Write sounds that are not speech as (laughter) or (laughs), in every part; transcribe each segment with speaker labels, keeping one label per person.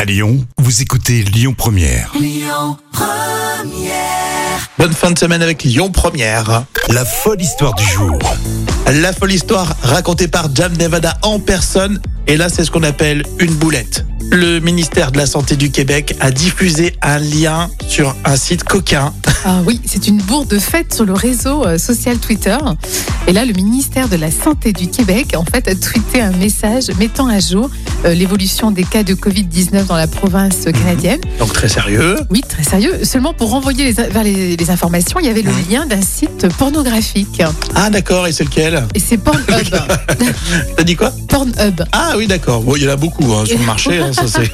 Speaker 1: À Lyon, vous écoutez Lyon Première.
Speaker 2: Bonne fin de semaine avec Lyon Première.
Speaker 1: La folle histoire du jour.
Speaker 2: La folle histoire racontée par Jam Nevada en personne. Et là, c'est ce qu'on appelle une boulette. Le ministère de la Santé du Québec a diffusé un lien sur un site coquin.
Speaker 3: Ah oui, c'est une bourre de fête sur le réseau euh, social Twitter. Et là, le ministère de la Santé du Québec, en fait, a tweeté un message mettant à jour euh, l'évolution des cas de Covid-19 dans la province canadienne.
Speaker 2: Donc très sérieux.
Speaker 3: Oui, très sérieux. Seulement pour renvoyer les in- vers les, les informations, il y avait le lien d'un site pornographique.
Speaker 2: Ah d'accord, et c'est lequel
Speaker 3: Et c'est Pornhub.
Speaker 2: T'as dit quoi
Speaker 3: Pornhub.
Speaker 2: Ah oui d'accord. Bon, il y en a beaucoup hein, sur le marché. hein, ça,
Speaker 3: (laughs)
Speaker 2: c'est-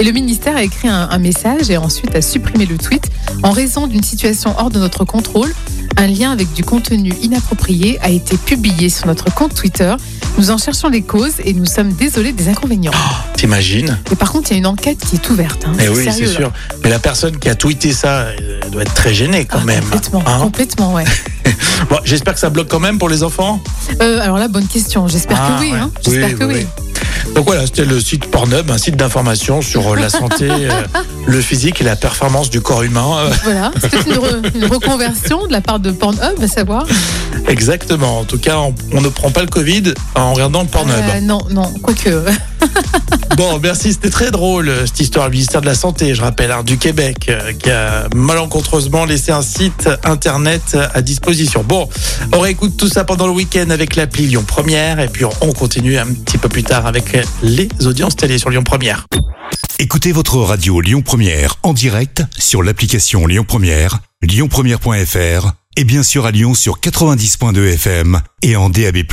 Speaker 3: Et le ministère a écrit un, un message et ensuite a supprimé le tweet en raison d'une situation hors de notre contrôle. Un lien avec du contenu inapproprié a été publié sur notre compte Twitter. Nous en cherchons les causes et nous sommes désolés des inconvénients.
Speaker 2: T'imagines
Speaker 3: Et par contre, il y a une enquête qui est ouverte. hein.
Speaker 2: Oh. Eh oui, c'est
Speaker 3: sérieux, là.
Speaker 2: sûr. Mais la personne qui a tweeté ça elle doit être très gênée quand
Speaker 3: Ah,
Speaker 2: même.
Speaker 3: Complètement,
Speaker 2: Hein
Speaker 3: complètement,
Speaker 2: (laughs)
Speaker 3: ouais.
Speaker 2: Bon, j'espère que ça bloque quand même pour les enfants.
Speaker 3: Euh, alors là, bonne question. J'espère
Speaker 2: Ah,
Speaker 3: que oui.
Speaker 2: ouais.
Speaker 3: hein. J'espère
Speaker 2: Oui,
Speaker 3: que
Speaker 2: oui,
Speaker 3: oui.
Speaker 2: oui. Donc voilà, c'était le site Pornhub, un site d'information sur euh, la santé, euh, le physique et la performance du corps humain. Euh,
Speaker 3: Voilà, c'est peut-être une, re- une reconversion de la part de Pornhub, à savoir.
Speaker 2: Euh, exactement. En tout cas, on, on ne prend pas le Covid en regardant le Pornhub.
Speaker 3: (laughs) Euh, non, non, quoique.
Speaker 2: Bon, merci, c'était très drôle euh, cette histoire. Le ministère de la Santé, je rappelle, hein, du Québec, euh, qui a malencontreusement laissé un site internet euh, à disposition. Bon, on réécoute tout ça pendant le week-end avec l'appli Lyon Première, et puis on- on continue un petit peu plus tard avec euh, les audiences télé sur Lyon Première.
Speaker 1: Écoutez votre radio Lyon Première en direct sur l'application Lyon Première, lyonpremière.fr et bien sûr à Lyon sur 90.2 FM et en DAB+.